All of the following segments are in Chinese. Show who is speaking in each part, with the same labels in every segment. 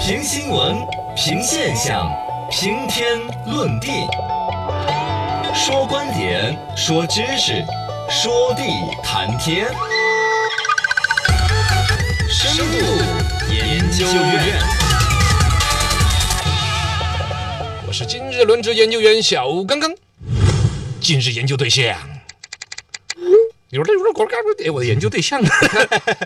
Speaker 1: 评新闻，评现象，评天论地，说观点，说知识，说地谈天。深度研究院，
Speaker 2: 我是今日轮值研究员小刚刚。今日研究对象，有了有了，我刚哎，我的研究对象，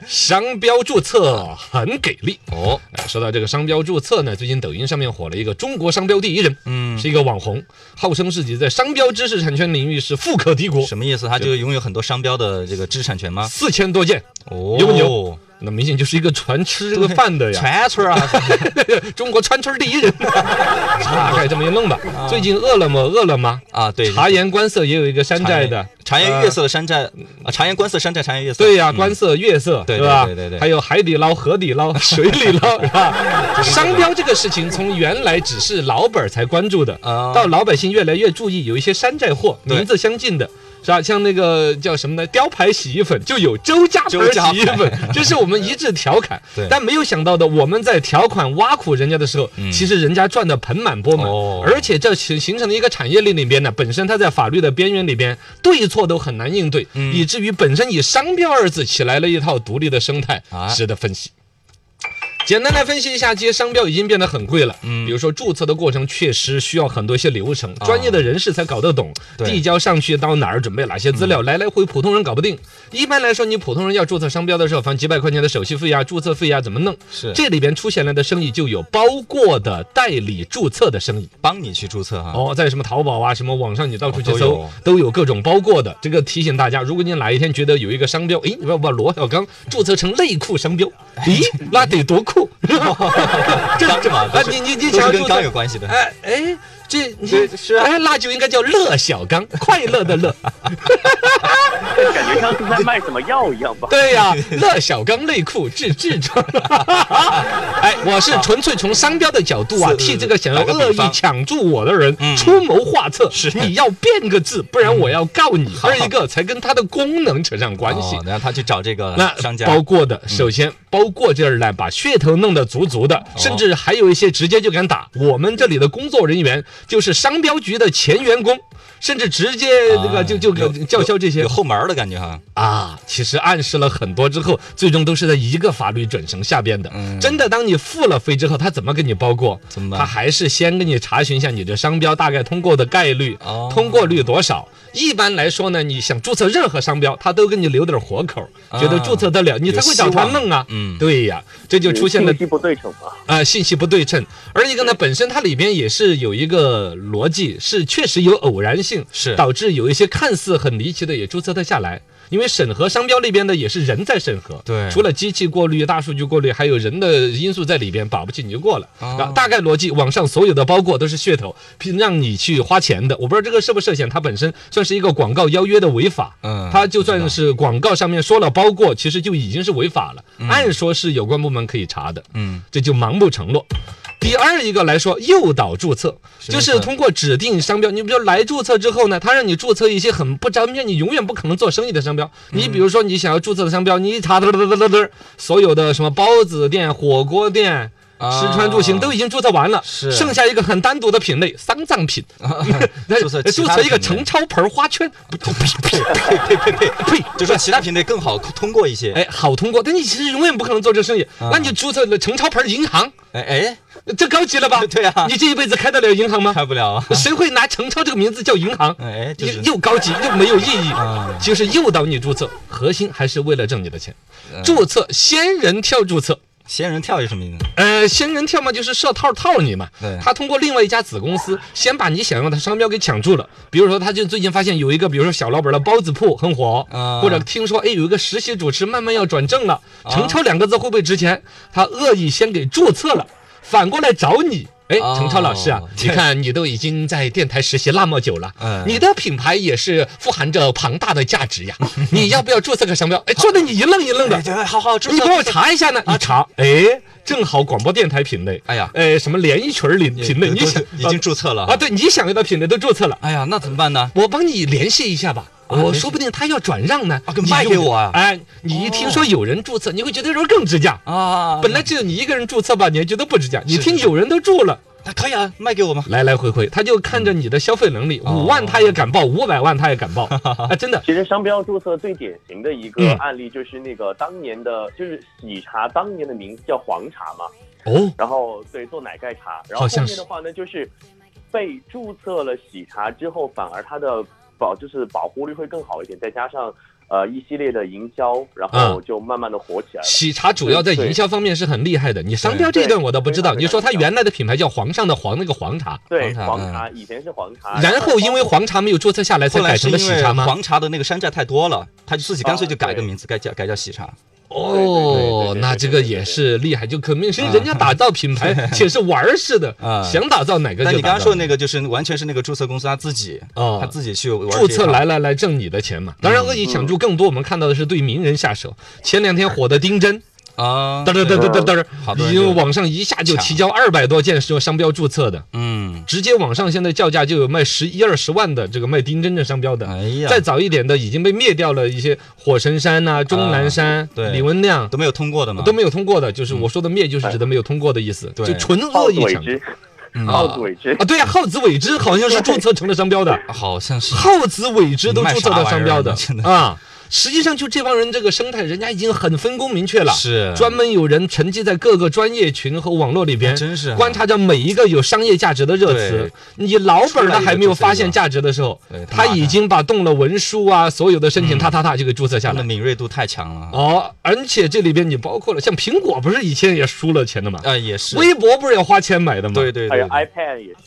Speaker 2: 商标注册很给力哦。啊说到这个商标注册呢，最近抖音上面火了一个中国商标第一人，嗯，是一个网红，号称自己在商标知识产权领域是富可敌国，
Speaker 1: 什么意思？他就拥有很多商标的这个知识产权吗？
Speaker 2: 四千多件，
Speaker 1: 哦
Speaker 2: 牛不牛？那明显就是一个传吃这个饭的呀，
Speaker 1: 传出啊，
Speaker 2: 中国川村第一人， 大概这么一弄吧。最近饿了么、饿了么
Speaker 1: 啊对
Speaker 2: 察言观色也有一个山寨的呃
Speaker 1: 察言悦色的山寨啊，察言观色山寨，察言悦色。嗯
Speaker 2: 对呀、观色、月色，
Speaker 1: 对
Speaker 2: 是吧？
Speaker 1: 对对对对
Speaker 2: 还有海底 捞、河底捞、水里捞，是吧？商标这个事情，从原来只是老板儿才关注的，
Speaker 1: 啊
Speaker 2: 到老百姓越来越注意，有一些山寨货，
Speaker 1: 对
Speaker 2: 名字相近的。是吧？像那个叫什么呢？雕牌洗衣粉就有周家
Speaker 1: 周家
Speaker 2: 牌洗衣
Speaker 1: 牌
Speaker 2: 粉，这是我们一致调侃
Speaker 1: 对。
Speaker 2: 但没有想到的，我们在调侃挖苦人家的时候，其实人家赚的盆满钵满
Speaker 1: 嗯哦，
Speaker 2: 而且这形形成了一个产业链里边呢，本身它在法律的边缘里边，对错都很难应对，
Speaker 1: 嗯
Speaker 2: 以至于本身以商标二字起来了一套独立的生态
Speaker 1: 啊，
Speaker 2: 值得分析。简单来分析一下，这些商标已经变得很贵了。嗯，比如说注册的过程确实需要很多一些流程，专业的人士才搞得懂。
Speaker 1: 啊对嗯
Speaker 2: 递交上去到哪儿准备哪些资料，来来回普通人搞不定。一般来说，你普通人要注册商标的时候，反正几百块钱的手续费啊、注册费啊，怎么弄？
Speaker 1: 是
Speaker 2: 这里边出现来的生意就有包括的代理注册的生意。
Speaker 1: 帮你去注册哈。
Speaker 2: 哦，在什么淘宝啊、什么网上，你到处去
Speaker 1: 哦都
Speaker 2: 搜，
Speaker 1: 有
Speaker 2: 都有各种包裹的。这个提醒大家，如果你哪一天觉得有一个商标，诶，你把把罗小刚注册成内裤商标，咦，那得多 酷！这
Speaker 1: 刚嘛
Speaker 2: 啊
Speaker 1: 哎都，是
Speaker 2: 你你你想
Speaker 1: 都是
Speaker 2: 要
Speaker 1: 跟
Speaker 2: 注
Speaker 1: 刚
Speaker 2: 册
Speaker 1: 有关系的。
Speaker 2: 哎哎，这你
Speaker 1: 对是啊
Speaker 2: 哎，那就应该叫乐小刚， 快乐的乐。
Speaker 3: 感觉像是在卖什么药一样吧。
Speaker 2: 对呀、乐小刚内裤治痔疮。 哎，我是纯粹从商标的角度啊
Speaker 1: 是，
Speaker 2: 替这个想要
Speaker 1: 打个比
Speaker 2: 恶意
Speaker 1: 方嗯
Speaker 2: 抢注我的人出谋划策。是，你要变个字，不然我要告你。二一个才跟它的功能扯上关系
Speaker 1: 哦。然后他去找这个
Speaker 2: 那
Speaker 1: 商家。嗯
Speaker 2: 包括的，首先包括这儿呢，把噱头弄得足足
Speaker 1: 哦
Speaker 2: 的，甚至还有一些直接就敢打。我们这里的工作人员就是商标局的前员工，甚至直接这个就就
Speaker 1: 啊有
Speaker 2: 就叫嚣这些
Speaker 1: 有后门儿的感觉哈。
Speaker 2: 啊，其实暗示了很多之后，最终都是在一个法律准绳下边的。真的，当你付了费之后，他怎么给你包裹？
Speaker 1: 嗯怎么办
Speaker 2: 他还是先给你查询一下你这商标大概通过的概率、
Speaker 1: 哦
Speaker 2: 通过率多少。一般来说呢，你想注册任何商标，他都给你留点活口，觉
Speaker 1: 啊
Speaker 2: 得注册得了，你才会找他弄啊。
Speaker 1: 嗯
Speaker 2: 对呀，这就出 现了
Speaker 3: 信息不对称嘛。
Speaker 2: 啊，信息不对称。而一个呢，本身它里边也是有一个逻辑，是确实有偶然性，
Speaker 1: 是
Speaker 2: 导致有一些看似很离奇的也注册得下来。因为审核商标那边的也是人在审核，
Speaker 1: 对
Speaker 2: 除了机器过滤、大数据过滤，还有人的因素在里边，保不齐你就过了。
Speaker 1: 哦
Speaker 2: 啊，大概逻辑，网上所有的包括都是噱头，凭让你去花钱的。我不知道这个涉不涉嫌，它本身算是一个广告邀约的违法。
Speaker 1: 嗯
Speaker 2: 它就算是广告上面说了包括，其实就已经是违法了。按说是有关部门可以查的。
Speaker 1: 嗯，
Speaker 2: 这就盲目承诺。第二一个来说，诱导注册，
Speaker 1: 么意
Speaker 2: 就
Speaker 1: 思
Speaker 2: 是通过指定商标，你比如来注册之后呢，他让你注册一些很不沾边，你永远不可能做生意的商标。
Speaker 1: 嗯
Speaker 2: 你比如说，你想要注册的商标，你一查，嘚嘚嘚嘚嘚，所有的什么包子店、火锅店。
Speaker 1: 啊
Speaker 2: 吃穿住行都已经注册完了，
Speaker 1: 是啊
Speaker 2: 剩下一个很单独的品类，丧葬品，
Speaker 1: 注册其
Speaker 2: 注
Speaker 1: 他
Speaker 2: 册一个
Speaker 1: 品类
Speaker 2: 盛超盆花 圈，不呸呸
Speaker 1: 呸呸呸呸，
Speaker 2: 呸，
Speaker 1: 就说其他品类更好通过一些。
Speaker 2: 哎，好通过，但你其实永远不可能做这生意，
Speaker 1: 啊
Speaker 2: 那你就注册了盛超盆银行，
Speaker 1: 哎哎，？
Speaker 2: 这高级了吧
Speaker 1: 对啊
Speaker 2: 你这一辈子开得了银行吗？
Speaker 1: 开不了啊。
Speaker 2: 谁会拿程超这个名字叫银行？
Speaker 1: 哎，就
Speaker 2: 又
Speaker 1: 是
Speaker 2: 又高 级又没有意义
Speaker 1: 啊，
Speaker 2: 就是诱导你注册，核心还是为了挣你的钱。
Speaker 1: 嗯
Speaker 2: 注册先人跳注册，
Speaker 1: 仙人跳是什么意思？
Speaker 2: 呃，仙人跳嘛，就是设套套你嘛
Speaker 1: 对。
Speaker 2: 他通过另外一家子公司，先把你想要的商标给抢住了。比如说，他就最近发现有一个，比如说小老板的包子铺很火
Speaker 1: 啊，
Speaker 2: 或者听说哎有一个实习主持慢慢要转正了，程超两个字会不会值钱？他恶意先给注册了，反过来找你。哎，
Speaker 1: 哦
Speaker 2: 程超老 师啊，
Speaker 1: 对
Speaker 2: 你看你都已经在电台实习那么久了
Speaker 1: 嗯，
Speaker 2: 你的品牌也是富含着庞大的价值呀。你要不要注册个商标？哎，说的你一愣一愣的
Speaker 1: 哎，。对，好好注册。
Speaker 2: 你帮我查一下呢？一查，哎，正好广播电台品类，
Speaker 1: 啊哎呀
Speaker 2: 哎，什么连衣裙儿领
Speaker 1: 也
Speaker 2: 品类，
Speaker 1: 都
Speaker 2: 你
Speaker 1: 都
Speaker 2: 想啊
Speaker 1: 已经注册了
Speaker 2: 啊？对，你想要的品类都注册了，
Speaker 1: 哎呀，那怎么办呢？
Speaker 2: 我帮你联系一下吧。我说不定他要转让呢，
Speaker 1: 啊啊给
Speaker 2: 你
Speaker 1: 卖
Speaker 2: 用
Speaker 1: 给我啊
Speaker 2: 哎，你一听说有人注册，你会觉得人更值价。
Speaker 1: 啊，
Speaker 2: 本来只有你一个人注册吧，你还觉得不值价，你
Speaker 1: 是
Speaker 2: 听
Speaker 1: 是
Speaker 2: 有人都注了。
Speaker 1: 那可以啊，卖给我吗？
Speaker 2: 来来回回，他就看着你的消费能力，
Speaker 1: 哦
Speaker 2: 五万他也敢报，五百万他也 敢报，啊，真的，
Speaker 3: 其实商标注册最典型的一个
Speaker 2: 嗯
Speaker 3: 案例就是那个当年的，就是喜茶当年的名字叫黄茶嘛，
Speaker 2: 哦，
Speaker 3: 然后对做奶盖茶，然
Speaker 2: 好
Speaker 3: 后
Speaker 2: 像
Speaker 3: 后
Speaker 2: 是
Speaker 3: 面的话呢就是被注册了喜茶之后，反而它的保就是保护率会更好一点，再加上呃一系列的营销，然后
Speaker 2: 嗯
Speaker 3: 就慢慢的火起来了。
Speaker 2: 喜茶主要在营销方面是很厉害的。你商标这一段我倒不知道，
Speaker 3: 对
Speaker 2: 你说他原来的品牌叫皇上的皇那个皇茶，嗯
Speaker 3: 对，
Speaker 1: 黄
Speaker 3: 黄
Speaker 1: 茶
Speaker 3: 茶以前是黄茶，
Speaker 2: 然后因为黄茶没有注册下来，才
Speaker 1: 啊后来
Speaker 2: 改
Speaker 1: 是
Speaker 2: 成了喜
Speaker 1: 因为
Speaker 2: 茶吗？
Speaker 1: 黄茶的那个山寨太多了，他就自己干脆就改个
Speaker 3: 啊
Speaker 1: 名字，改叫改叫喜茶。
Speaker 2: 哦，那这个也是厉害，就可明是人家打造品 牌，且是玩儿似的
Speaker 1: 啊，
Speaker 2: 想打造哪个就
Speaker 1: 但
Speaker 2: 打造。
Speaker 1: 你刚刚说的那个就是完全是那个注册公司他自己，
Speaker 2: 哦
Speaker 1: 他自己去玩
Speaker 2: 注册
Speaker 1: 这一套嗯
Speaker 2: 来来来挣你的钱嘛。当然，恶意抢注更多，我们看到的是对名人下手。前两天火的丁真，
Speaker 1: 啊，
Speaker 2: 噔噔噔噔噔
Speaker 1: 好多
Speaker 2: 噔，
Speaker 1: 人
Speaker 2: 因
Speaker 1: 就
Speaker 2: 为网上一下就提交二百多件说商标注册的，
Speaker 1: 嗯，
Speaker 2: 直接网上现在叫价就有卖十一二十万的这个卖丁真的商标的。
Speaker 1: 哎呀，哎
Speaker 2: 再早一点的已经被灭掉了一些火神山呐、终南山、
Speaker 1: 对
Speaker 2: 李文亮
Speaker 1: 都没有通过的嘛，
Speaker 2: 都没有通过的，就是我说的灭就是指的没有通过的意思，
Speaker 1: 对
Speaker 2: 就纯
Speaker 3: 好
Speaker 2: 恶
Speaker 3: 自
Speaker 2: 意
Speaker 3: 为
Speaker 2: 抢
Speaker 3: 之，
Speaker 1: 嗯
Speaker 3: 好自为之
Speaker 2: 啊，。对呀、耗子尾汁好像是注册成了商标的。
Speaker 1: 好像是
Speaker 2: 耗子尾汁都注册到商标的
Speaker 1: 卖啥玩意儿呢真的
Speaker 2: 啊。实际上，就这帮人这个生态，人家已经很分工明确了，
Speaker 1: 是
Speaker 2: 专门有人沉寂在各个专业群和网络里边，
Speaker 1: 还真是啊
Speaker 2: 观察着每一个有商业价值的热词
Speaker 1: 对。
Speaker 2: 你老本儿的还没有发
Speaker 1: 出来一个就这
Speaker 2: 现
Speaker 1: 个
Speaker 2: 价值的时候
Speaker 1: 对，他
Speaker 2: 他
Speaker 1: 妈
Speaker 2: 已
Speaker 1: 的
Speaker 2: 经把动了文书啊，所有的申请，
Speaker 1: 嗯
Speaker 2: 他他他就给注册下
Speaker 1: 他
Speaker 2: 来
Speaker 1: 们的。敏锐度太强了
Speaker 2: 哦，而且这里边你包括了，像苹果不是以前也输了钱的嘛，
Speaker 1: 啊，也是，
Speaker 2: 微博不是要花钱买的吗？
Speaker 1: 对对
Speaker 3: 还有
Speaker 1: 对，
Speaker 3: iPad 也是，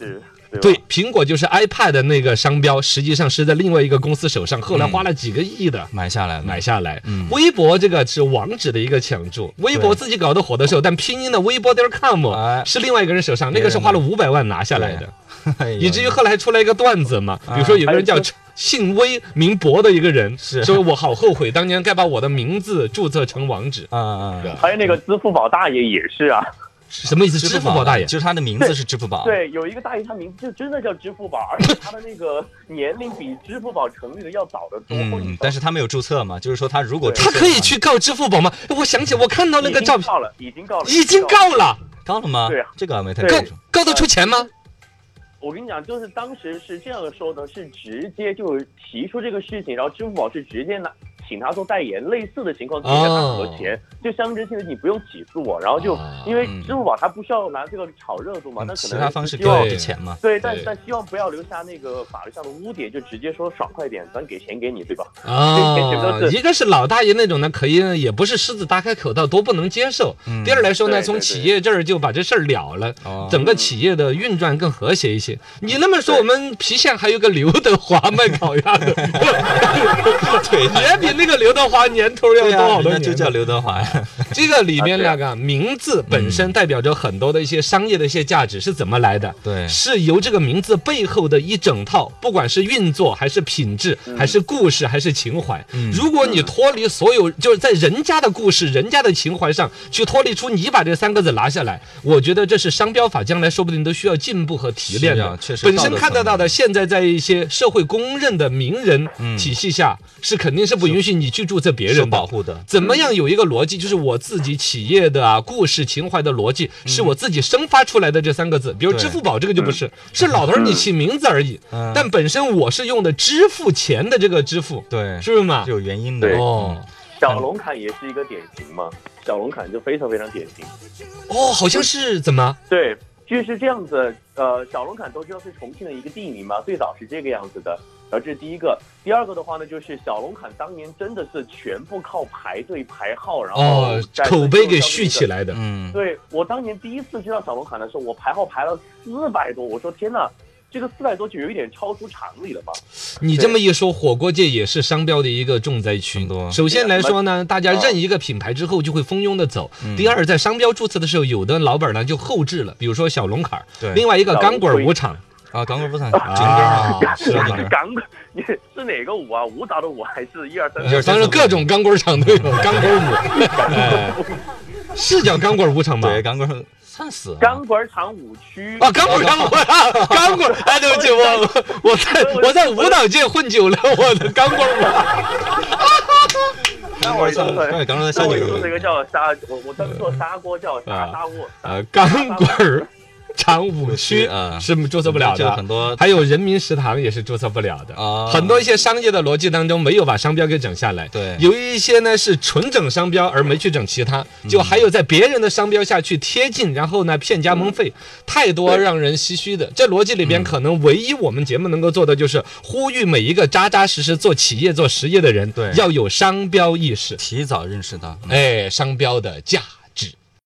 Speaker 3: 对吧
Speaker 2: 对，苹果就是 iPad 的那个商标，实际上是在另外一个公司手上，后来花了几个亿的。
Speaker 1: 买下来了，
Speaker 2: 买下来，
Speaker 1: 嗯
Speaker 2: 微博这个是网址的一个抢注，微博自己搞得火的时候，但拼音的微博点儿 com
Speaker 1: 哎
Speaker 2: 是另外一个人手上，那个是花了五百万拿下来的，
Speaker 1: 哎呀
Speaker 2: 以至于后来还出来一个段子嘛，比如说啊有个人叫
Speaker 3: 哎
Speaker 2: 陈姓微名博的一个人，
Speaker 1: 是
Speaker 2: 说我好后悔当年该把我的名字注册成网址，
Speaker 1: 啊啊，啊
Speaker 3: 还有那个支付宝大爷也是啊，
Speaker 2: 什么意思？支付宝大爷
Speaker 1: 就是他的名字是支付宝，，
Speaker 3: 对，有一个大爷，他名字就真的叫支 付宝，而且他的那个年龄比支付宝成立的要早得多。
Speaker 1: 嗯，但是他没有注册嘛，就是说他如果
Speaker 3: 对
Speaker 2: 他可以去告支付宝吗？我想起我看到那个照
Speaker 3: 已经
Speaker 2: 片，
Speaker 3: 告了，已经告了，
Speaker 2: 已经。告了，
Speaker 1: 高了吗？
Speaker 3: 对啊
Speaker 1: 这个没太
Speaker 3: 对
Speaker 2: 告
Speaker 1: 清楚。
Speaker 2: 告得出钱吗？
Speaker 3: 我跟你讲，就是当时是这样说的，是直接就提出这个事情，然后支付宝是直接拿请他做代言，类似的情
Speaker 1: 哦
Speaker 3: 况给他和钱，就象征性的你不用起诉我，然后就
Speaker 2: 啊
Speaker 3: 因为
Speaker 1: 嗯
Speaker 3: 支付宝他不需要拿这个炒热度嘛，
Speaker 1: 嗯
Speaker 3: 那可
Speaker 1: 其
Speaker 3: 能
Speaker 1: 他方式给
Speaker 3: 希望
Speaker 1: 我
Speaker 2: 对
Speaker 1: 的钱嘛，
Speaker 3: 对，但
Speaker 2: 对
Speaker 3: 但希望不要留下那个法律上的污点，就直接说爽快点，咱给钱给你，对吧？
Speaker 2: 啊
Speaker 3: 这 这，都是
Speaker 2: 一个是老大爷那种呢，可以也不是狮子大开口到多不能接受。
Speaker 1: 嗯
Speaker 2: 第二来说呢，
Speaker 3: 对
Speaker 2: 从
Speaker 3: 对
Speaker 2: 企业这儿就把这事儿了了
Speaker 1: 哦，
Speaker 2: 整个企业的运转更和谐一些。你那么说，我们郫县还有个刘德华卖烤鸭 的，
Speaker 1: 对啊
Speaker 2: 也比那个刘德华年头要
Speaker 1: 对
Speaker 2: 多
Speaker 1: 啊，
Speaker 2: 好
Speaker 1: 人
Speaker 2: 多
Speaker 1: 家就
Speaker 2: 年呢。
Speaker 1: 叫刘德华 呀，
Speaker 2: 这个里面那
Speaker 1: 啊
Speaker 2: 个名字本身代表着很多的一些商业的一些价值是怎么来的？
Speaker 1: 对
Speaker 2: 是由这个名字背后的一整套，不管是运作还是品质，
Speaker 1: 嗯
Speaker 2: 还是故事还是情怀。如果你脱离所有，就是在人家的故事、人家的情怀上去脱离出你把这三个字拿下来，我觉得这是商标法将来说不定都需要进步和提炼
Speaker 1: 是啊
Speaker 2: 的。
Speaker 1: 确实
Speaker 2: 本
Speaker 1: 道
Speaker 2: 身
Speaker 1: 德
Speaker 2: 看得
Speaker 1: 层
Speaker 2: 到
Speaker 1: 面
Speaker 2: 的，现在在一些社会公认的名人体系下，是肯定是不允许你去注册别人
Speaker 1: 受
Speaker 2: 的
Speaker 1: 嗯保护的，
Speaker 2: 怎么样有一个逻辑，就是我自己企业的啊故事情怀的逻辑，是我自己生发出来的这三个字。比如
Speaker 1: 嗯对
Speaker 2: 支付宝这个就不是，是老头儿你起名字而已
Speaker 1: 嗯，
Speaker 2: 但本身我是用的支付钱的这个支付，
Speaker 1: 对，
Speaker 2: 是不是嘛
Speaker 1: 是？啊嗯有原因的
Speaker 3: 对
Speaker 2: 哦
Speaker 3: 小龙坎也是一个典型嘛，小龙坎就非常非常典型。
Speaker 2: 哦，好像是怎么？
Speaker 3: 对，就是这样子。呃，小龙坎都知道是重庆的一个地名嘛，最早是这个样子的。然后这是第一个，第二个的话呢，就是小龙坎当年真的是全部靠排队排号，然后
Speaker 2: 哦，
Speaker 3: 在
Speaker 2: 口碑给蓄起
Speaker 3: 来。
Speaker 2: 来的。
Speaker 1: 嗯，
Speaker 3: 对我当年第一次知道小龙坎的时候，我排号排了四百多，我说天呐，这个四百多就有一点超出常理了嘛。
Speaker 2: 你这么一说，火锅界也是商标的一个重灾区
Speaker 1: 很多。啊
Speaker 2: 首先来说呢，大家认一个品牌之后就会蜂拥的走。
Speaker 1: 嗯
Speaker 2: 第二，在商标注册的时候，有的老板呢就后置了，比如说小龙坎儿，
Speaker 1: 对
Speaker 2: 另外一个钢管
Speaker 3: 小龙
Speaker 2: 舞场。
Speaker 1: 啊，港股不算，
Speaker 2: 啊
Speaker 1: 是 啊，
Speaker 3: 是港股，你是哪个舞啊？舞蹈的舞还是一二 三
Speaker 2: 就
Speaker 3: 四？
Speaker 2: 是反正各种 钢管厂都有钢管舞，哎，是叫钢管舞场吧？
Speaker 1: 对，港股
Speaker 2: 算死啊
Speaker 3: 钢管厂舞区
Speaker 2: 啊，钢管钢管啊，钢管！哎，对不起，我我我在我在舞蹈界混久了，我的钢管舞。
Speaker 1: 刚我
Speaker 3: 对
Speaker 1: 刚才刚才
Speaker 3: 那
Speaker 1: 下
Speaker 3: 我
Speaker 1: 去
Speaker 3: 有
Speaker 1: 了，
Speaker 3: 做这
Speaker 1: 嗯啊
Speaker 3: 个叫砂，我我当时做砂锅叫砂砂锅，
Speaker 2: 呃，钢管 儿厂舞区
Speaker 1: 啊
Speaker 2: 是注册不了
Speaker 1: 就
Speaker 2: 的，
Speaker 1: 很多
Speaker 2: 还有人民食堂也是注册不了的
Speaker 1: 啊
Speaker 2: 很多一些商业的逻辑当中没有把商标给整下来，
Speaker 1: 对
Speaker 2: 有一些呢是纯整商标而没去整其他，就还有在别人的商标下去贴近，然后呢骗加盟费，太多让人唏嘘的。这逻辑里边可能唯一我们节目能够做的就是呼吁每一个扎扎实实做企业做实业的人，
Speaker 1: 对
Speaker 2: 要有商标意识。
Speaker 1: 提早认识到，嗯
Speaker 2: 哎，商标的价